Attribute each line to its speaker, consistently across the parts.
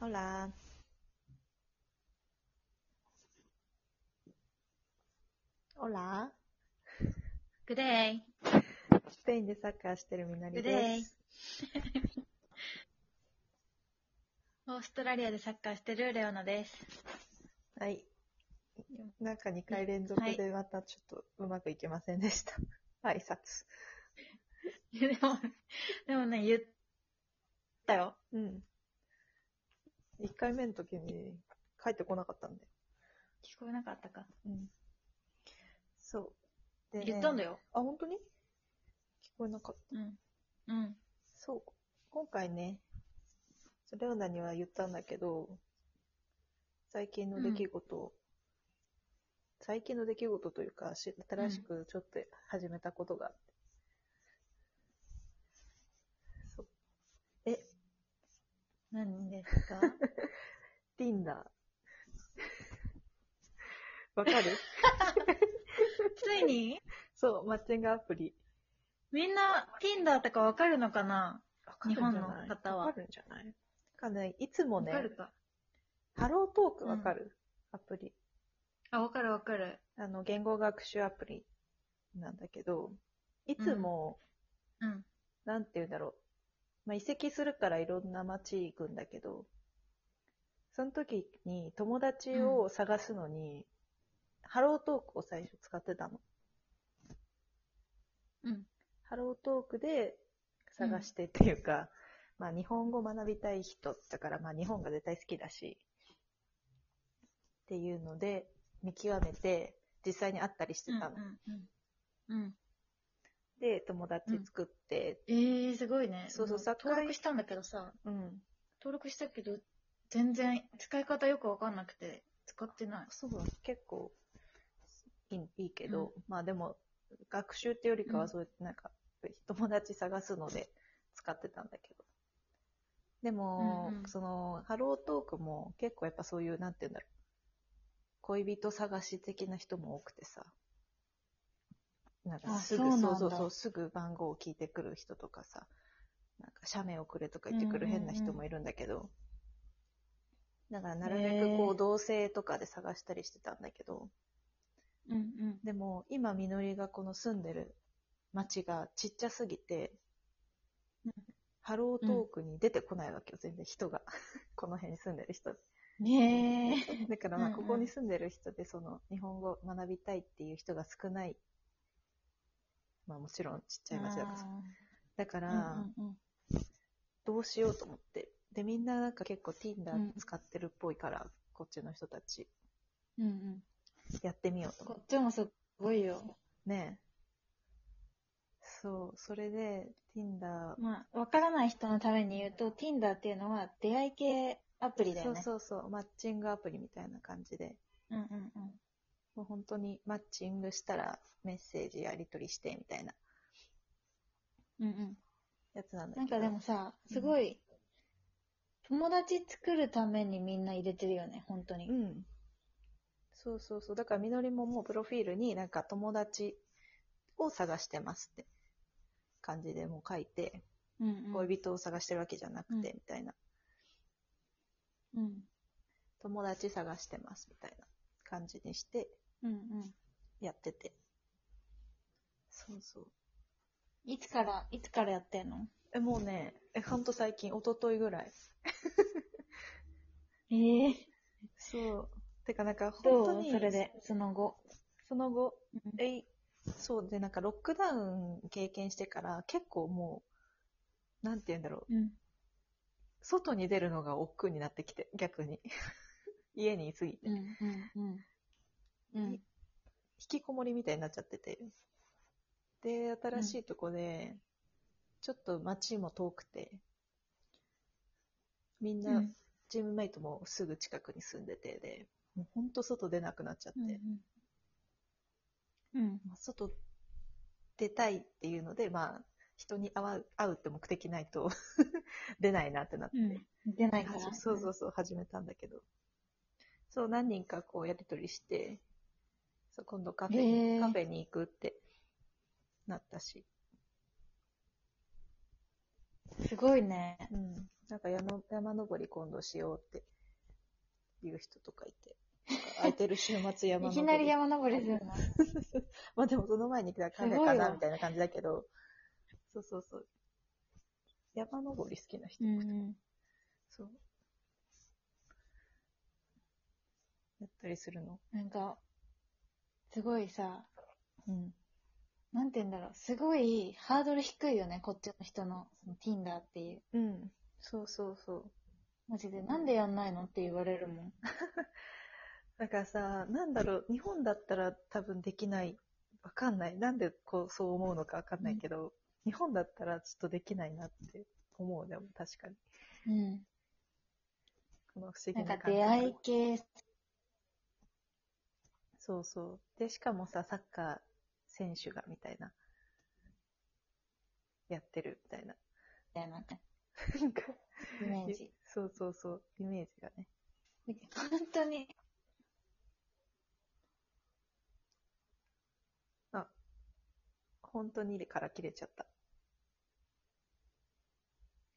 Speaker 1: Hola. Hola.
Speaker 2: Good day.
Speaker 1: スペインでサッカーしてるみなり
Speaker 2: Good
Speaker 1: で
Speaker 2: day.
Speaker 1: す。
Speaker 2: オーストラリアでサッカーしてるレオナです。
Speaker 1: はい。なんか2回連続でまたちょっとうまくいきませんでした。 挨拶。
Speaker 2: でも、でもね、言ったよ。
Speaker 1: うん。1回目の時に帰ってこなかったんで。
Speaker 2: 聞こえなかったか。
Speaker 1: うん。そう。でね
Speaker 2: 言ったんだよ。
Speaker 1: あ、本当に聞こえなかった。
Speaker 2: うん。うん。
Speaker 1: そう。今回ね、レオナには言ったんだけど、最近の出来事を、最近の出来事というか、し新しくちょっと始めたことがあって。そう。
Speaker 2: 何ですか
Speaker 1: Tinder。わか る
Speaker 2: ついに
Speaker 1: そう、マッチングアプリ。
Speaker 2: みんな Tinder とかわかるのかな
Speaker 1: わかるんじゃない
Speaker 2: 日本の方は
Speaker 1: わかるんじゃないわかんない。いつも
Speaker 2: わ
Speaker 1: ね
Speaker 2: か、るか。
Speaker 1: ハロートークわかる、アプリ。
Speaker 2: あ、わかるわかる。
Speaker 1: あの、言語学習アプリなんだけど、いつも、
Speaker 2: うん。
Speaker 1: なんて言うんだろう。まあ、移籍するからいろんな街行くんだけど、その時に友達を探すのに、ハロートークを最初使ってたの。
Speaker 2: うん。
Speaker 1: ハロートークで探してっていうか、まあ日本語学びたい人だから、まあ日本が絶対好きだし、っていうので見極めて、実際に会ったりして
Speaker 2: うん。
Speaker 1: たの。
Speaker 2: うん。うん。
Speaker 1: で、友達作って、
Speaker 2: えー、すごいね。
Speaker 1: そうそう
Speaker 2: も
Speaker 1: サッカー
Speaker 2: 登録したんだけどさ、
Speaker 1: うん、
Speaker 2: 登録したけど、全然使い方よくわかんなくて、使ってない。
Speaker 1: そうだ、結構いいいいけど、まあでも、学習ってよりか
Speaker 2: う
Speaker 1: は、
Speaker 2: ん
Speaker 1: そうやってなんか、友達探すので使ってたんだけど。でも、
Speaker 2: うんうん
Speaker 1: その、ハロートークも結構やっぱそういう、なんて言うんだろう。恋人探し的な人も多くてさ。なんか
Speaker 2: あ
Speaker 1: すぐ、
Speaker 2: そうなん
Speaker 1: そ
Speaker 2: だ
Speaker 1: うそうそう、すぐ番号を聞いてくる人とかさ、なんか写メをくれとか言ってくる
Speaker 2: うんうんうん
Speaker 1: 変な人もいるんだけど、だからなるべ
Speaker 2: へ
Speaker 1: く
Speaker 2: ー
Speaker 1: こう同性とかで探したりしてたんだけど、
Speaker 2: うんうん。
Speaker 1: でも今みのりがこの住んでる町がちっちゃすぎて
Speaker 2: うん、
Speaker 1: ハロートークに出てこないわけよ、全然人が。 この辺に住んでる人。
Speaker 2: ねえ。
Speaker 1: だからまあ
Speaker 2: うんうん
Speaker 1: ここに住んでる人でその日本語を学びたいっていう人が少ない。まあもちろんちっちゃい町だからさ。だか
Speaker 2: あ
Speaker 1: ら、
Speaker 2: ーうんうんうん
Speaker 1: どうしようと思って。で、みんななんか結構 Tinder
Speaker 2: うん
Speaker 1: 使ってるっぽいから、こっちの人たち。
Speaker 2: うんうん。
Speaker 1: やってみようと思
Speaker 2: こ
Speaker 1: っ
Speaker 2: っちもすごいよ。
Speaker 1: て。ねえそう、それで Tinder、
Speaker 2: まあ、わからない人のために言うと、Tinder っていうのは出会い系アプリだよね。
Speaker 1: そうそうそう、マッチングアプリみたいな感じで、
Speaker 2: うんうんうん。
Speaker 1: もう本当にマッチングしたらメッセージやり取りしてみたいな
Speaker 2: うんうん。
Speaker 1: やつなんだけ
Speaker 2: なん
Speaker 1: ど。
Speaker 2: かでもさ、すごい、友達作るためにみんな入れてるよね、本当に
Speaker 1: う。ん。そうそうそう。だからみのりももうプロフィールになんか友達を探してますって感じでもう書いて、
Speaker 2: うんうん。
Speaker 1: 恋人を探してるわけじゃなくてみたいな。
Speaker 2: うん。
Speaker 1: 友達探してますみたいな感じにして
Speaker 2: うんうん。
Speaker 1: やってて。そうそう。
Speaker 2: いつから、いつからやってんの
Speaker 1: え、もうね、え、ほんと最近、一昨日ぐらい。
Speaker 2: ええ
Speaker 1: そう。てかなんか
Speaker 2: ど
Speaker 1: 本当
Speaker 2: う
Speaker 1: に、
Speaker 2: それで、その後。
Speaker 1: その後、
Speaker 2: うん
Speaker 1: えい、そうで、なんかロックダウン経験してから結構もう、なんて言うんだろう、
Speaker 2: うん。
Speaker 1: 外に出るのが億劫になってきて、逆に。 家にいすぎて。
Speaker 2: う
Speaker 1: 引
Speaker 2: んうんうん。うん。
Speaker 1: きこもりみたいになっちゃってて。で、新しいとこで、ちょっと街も遠くて、みん
Speaker 2: う、
Speaker 1: なんチームメイトもすぐ近くに住んでて、で、もうほんと外出なくなっちゃって。
Speaker 2: うんうん。
Speaker 1: まあ外出たいっていうので、まあ、人に会う会うって目的ないと 出ないなってなって、
Speaker 2: うん。出ないか
Speaker 1: は
Speaker 2: ら。
Speaker 1: じそうそうそう始めたんだけどそう何人かこうやり取りしてそう今度カフェに、
Speaker 2: へー
Speaker 1: カフェに行くってなったし、
Speaker 2: すごいね。
Speaker 1: うん、なんか山山登り今度しようっていう人とかいて、なんか空いてる週末山登
Speaker 2: い
Speaker 1: り。
Speaker 2: きなり山登りするの。
Speaker 1: まあでもその前に来たカフェか
Speaker 2: すごい
Speaker 1: な
Speaker 2: わ
Speaker 1: みたいな感じだけど、そうそうそう。山登り好きな人、
Speaker 2: うん。
Speaker 1: そう。やったりするの。
Speaker 2: なんか、すごいさ、
Speaker 1: うん。
Speaker 2: なんて言うんだろう。すごいハードル低いよね、こっちの人の、その Tinder っていう。
Speaker 1: うん。そうそうそう。
Speaker 2: マジで、なんでやんないのって言われるもん。
Speaker 1: だからさ、なんだろう、日本だったら多分できない。わかんない。なんでこう、そう思うのかわかんないけど、日本だったらちょっとできないなって思うね、確かに。
Speaker 2: うん。
Speaker 1: この不思議
Speaker 2: なんか
Speaker 1: な感じ。
Speaker 2: 出会い系、
Speaker 1: そうそう。で、しかもさ、サッカー選手がみたいな。やってるみたいな。
Speaker 2: みたいな
Speaker 1: なんか、
Speaker 2: イメ ージ。
Speaker 1: そうそうそう、イメージがね。
Speaker 2: 本当に、
Speaker 1: 本当にから切れちゃった。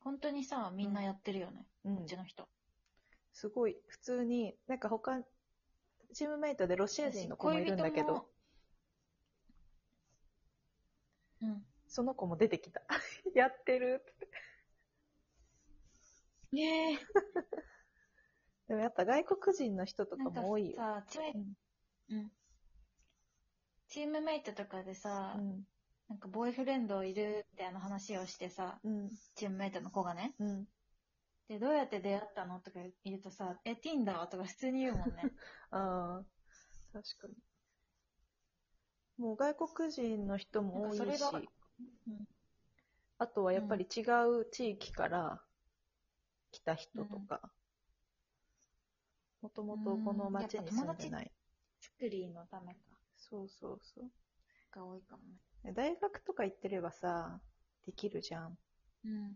Speaker 2: 本当にさ、みんなやってるよね、
Speaker 1: うん
Speaker 2: こっちの人。
Speaker 1: すごい、普通に、なんか他、チームメイトでロシア人の子もいるんだけ
Speaker 2: 恋人
Speaker 1: ど
Speaker 2: も、。うん。
Speaker 1: その子も出てきた。 やってるって。
Speaker 2: ね
Speaker 1: でもやっぱ外国人の人と
Speaker 2: え。
Speaker 1: かも多いよ。
Speaker 2: さ、チーム、うん。チームメイトとかでさ、
Speaker 1: うん、
Speaker 2: なんかボーイフレンドいるみたいな話をしてさ、
Speaker 1: うん、
Speaker 2: チームメイトの子がね。
Speaker 1: うん。
Speaker 2: で、どうやって出会ったのとか言うとさ、え、Tinder とか普通に言うもん ね。
Speaker 1: ああ、確かに。もう外国人の人も多いし
Speaker 2: なんかそれが、うん
Speaker 1: あとはやっぱり違う地域から来た人とか、もともとこの町に住んでない。
Speaker 2: 作りのためか。
Speaker 1: そうそうそう。
Speaker 2: が多いかもね。
Speaker 1: で大学とか行ってればさ、できるじゃん。
Speaker 2: うん。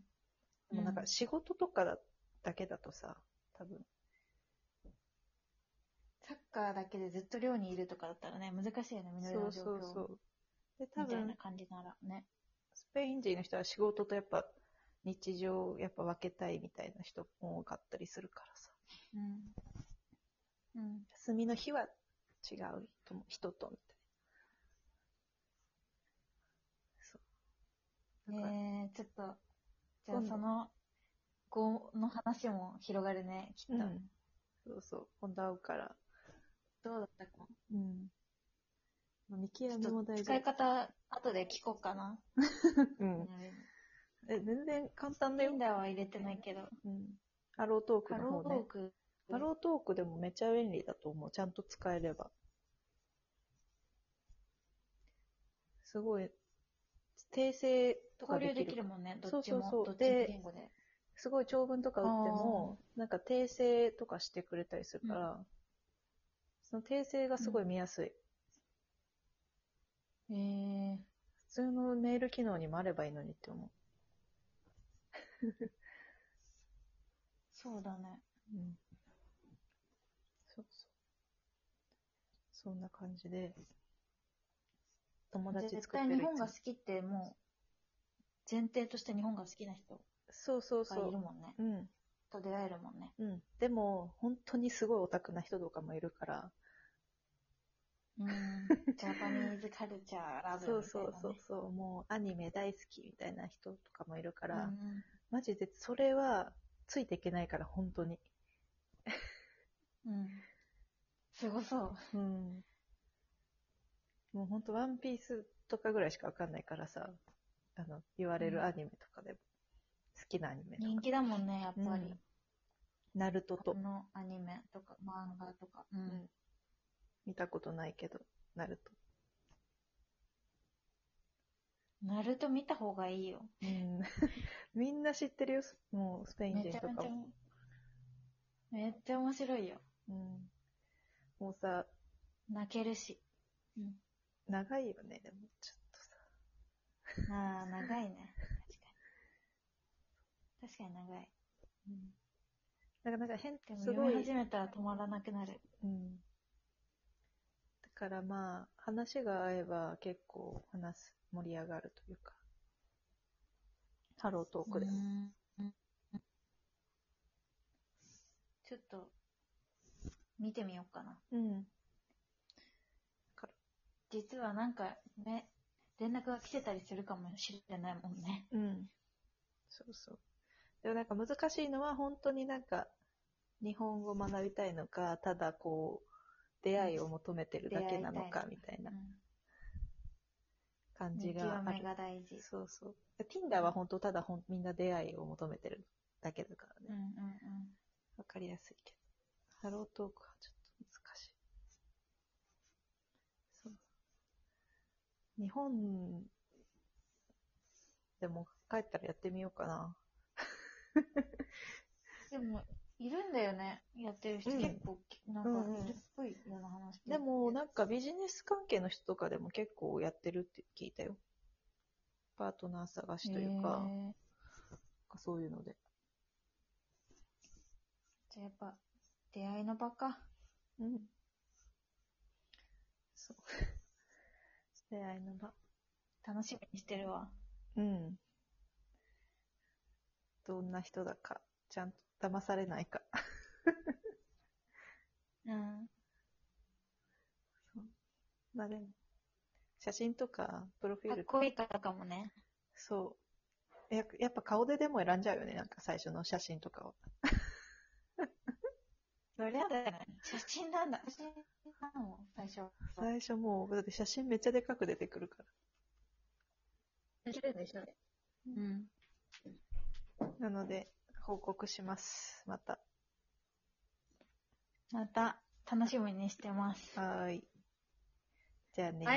Speaker 1: でもなんか仕事とかだだけだとさ、多分。
Speaker 2: サッカーだけでずっと寮にいるとかだったらね、難しいよね、みのり
Speaker 1: そ
Speaker 2: の
Speaker 1: う
Speaker 2: 状況。
Speaker 1: そうそう。で、多
Speaker 2: みたい
Speaker 1: 分
Speaker 2: な、感じならね。
Speaker 1: スペイン人の人は仕事とやっぱ日常をやっぱ分けたいみたいな人も多かったりするからさ。
Speaker 2: うん。うん。
Speaker 1: 休みの日は違う人も人とみたいな。そう。だから
Speaker 2: ねえ、ちょっと、じゃあ
Speaker 1: 今度
Speaker 2: その、語の話も広がるね、きっと。
Speaker 1: うんそうそう、今度会うから。
Speaker 2: どうだったか。
Speaker 1: うん。まあ見極
Speaker 2: ち
Speaker 1: め
Speaker 2: ょ
Speaker 1: も
Speaker 2: っと
Speaker 1: 大事
Speaker 2: 使。い方、後で聞こうかな。
Speaker 1: うん。え、全然簡単だ
Speaker 2: リ
Speaker 1: よ
Speaker 2: ン。ダーは入れてないけど、
Speaker 1: うん。ハロートーク
Speaker 2: ハ
Speaker 1: の
Speaker 2: ロ
Speaker 1: 方
Speaker 2: ート
Speaker 1: ね
Speaker 2: ー。ク。
Speaker 1: ハロートークでもめちゃ便利だと思う。ちゃんと使えれば。すごい、訂正とか
Speaker 2: 交
Speaker 1: で
Speaker 2: 流
Speaker 1: きる
Speaker 2: できるもんね、ど
Speaker 1: そ
Speaker 2: っ
Speaker 1: う
Speaker 2: ち
Speaker 1: そう
Speaker 2: も。
Speaker 1: そう
Speaker 2: どっち
Speaker 1: で
Speaker 2: の言語で。
Speaker 1: すごい長文とか打っても、なんか訂正とかしてくれたりするから、その訂正がすごい見やすい。
Speaker 2: えー、
Speaker 1: 普通のメール機能にもあればいいのにって思
Speaker 2: そうだね。
Speaker 1: う。うん。そうそう。そんな感じで、友達
Speaker 2: 絶
Speaker 1: 作っ
Speaker 2: 対
Speaker 1: てる
Speaker 2: 日
Speaker 1: いつも
Speaker 2: 本が好きってもう、前提として日本が好きな人
Speaker 1: そうそうそ
Speaker 2: がいる
Speaker 1: う。
Speaker 2: もんね。
Speaker 1: うん。
Speaker 2: と出会えるも んね。
Speaker 1: うん。でも、本当にすごいオタクな人とかもいるから。
Speaker 2: うん。ジャパニーズカルチャーラブみたい
Speaker 1: そ
Speaker 2: な
Speaker 1: う
Speaker 2: ね。
Speaker 1: そうそうそう。もうアニメ大好きみたいな人とかもいるから、
Speaker 2: うん
Speaker 1: マジでそれはついていけないから、本当に。
Speaker 2: うん。すごそう。
Speaker 1: うん。もう本当ワンピースとかぐらいしかわかんないからさ、あの、言われ
Speaker 2: うん
Speaker 1: るアニメとかでも、好きなアニメと
Speaker 2: 人
Speaker 1: か、
Speaker 2: 気だもんね、やっぱり。
Speaker 1: ナルト
Speaker 2: こ
Speaker 1: と、
Speaker 2: のアニメとか漫画とか。う。
Speaker 1: うんん見たことないけど、ナルト。
Speaker 2: ナルト見た方がいいよ。
Speaker 1: うん。みんな知ってるよ、もうスペイン
Speaker 2: め
Speaker 1: 人
Speaker 2: ちゃ
Speaker 1: と
Speaker 2: め
Speaker 1: か
Speaker 2: ちゃ
Speaker 1: も。、
Speaker 2: めっちゃ面白いよ。
Speaker 1: うん。もうさ、
Speaker 2: 泣けるし。うん。
Speaker 1: 長いよね、でも、ちょっとさ。
Speaker 2: ああ、長いね。確かに。確かに長い。
Speaker 1: だからなんか変
Speaker 2: でも
Speaker 1: すご
Speaker 2: 読み
Speaker 1: い。
Speaker 2: 始めたら止まらなくなる。
Speaker 1: うん。だからまあ、話が合えば結構話す、盛り上がるというか。ハロートークで
Speaker 2: う
Speaker 1: も。
Speaker 2: んちょっと、見てみようかな。
Speaker 1: うん。
Speaker 2: 実はなんかね、連絡が来てたりするかもしれないもんね。
Speaker 1: うん。そうそう。でもなんか難しいのは本当になんか日本語を学びたいのか、ただこう、出会いを求めてるだけなのかみたいな感
Speaker 2: うん。
Speaker 1: じ
Speaker 2: 見
Speaker 1: が
Speaker 2: 極
Speaker 1: あ
Speaker 2: め
Speaker 1: る。
Speaker 2: が大事。
Speaker 1: そうそう。Tinder は本当ただほんみんな出会いを求めてるだけだからね
Speaker 2: うん。うん
Speaker 1: わかりやすいけど。ハロートークはちょっと難しい。そう。日本でも帰ったらやってみようかな。
Speaker 2: うん。でも、いるんだよね。やってる人、
Speaker 1: うん
Speaker 2: 結構、なん
Speaker 1: うんうん
Speaker 2: か、いるっぽいような話
Speaker 1: で、もなんかビジネス関係の人とかでも結構やってるって聞いたよ。パートナー探しというか、
Speaker 2: へ
Speaker 1: なん
Speaker 2: ー
Speaker 1: かそういうので。
Speaker 2: じゃあやっぱ、出会いの場か。
Speaker 1: うん。そう。 出会いの場。
Speaker 2: 楽しみにしてるわ。
Speaker 1: うん。どんな人だか、ちゃんと騙されないか。
Speaker 2: うん。
Speaker 1: まあでも、写真とか、プロフィ
Speaker 2: か
Speaker 1: ー
Speaker 2: っ
Speaker 1: ル
Speaker 2: こいい方かもね。
Speaker 1: そう。ややっぱ顔ででも選んじゃうよね、なんか最初の写真とかは。
Speaker 2: そりゃだよね。写真なんだ。写真なの最初。
Speaker 1: 最初もう、だって写真めっちゃでかく出てくるから。
Speaker 2: 面白いでしょ。うん。
Speaker 1: なので、報告します。また。
Speaker 2: また、楽しみにしてます。
Speaker 1: はーい。じゃあね。
Speaker 2: バイバイ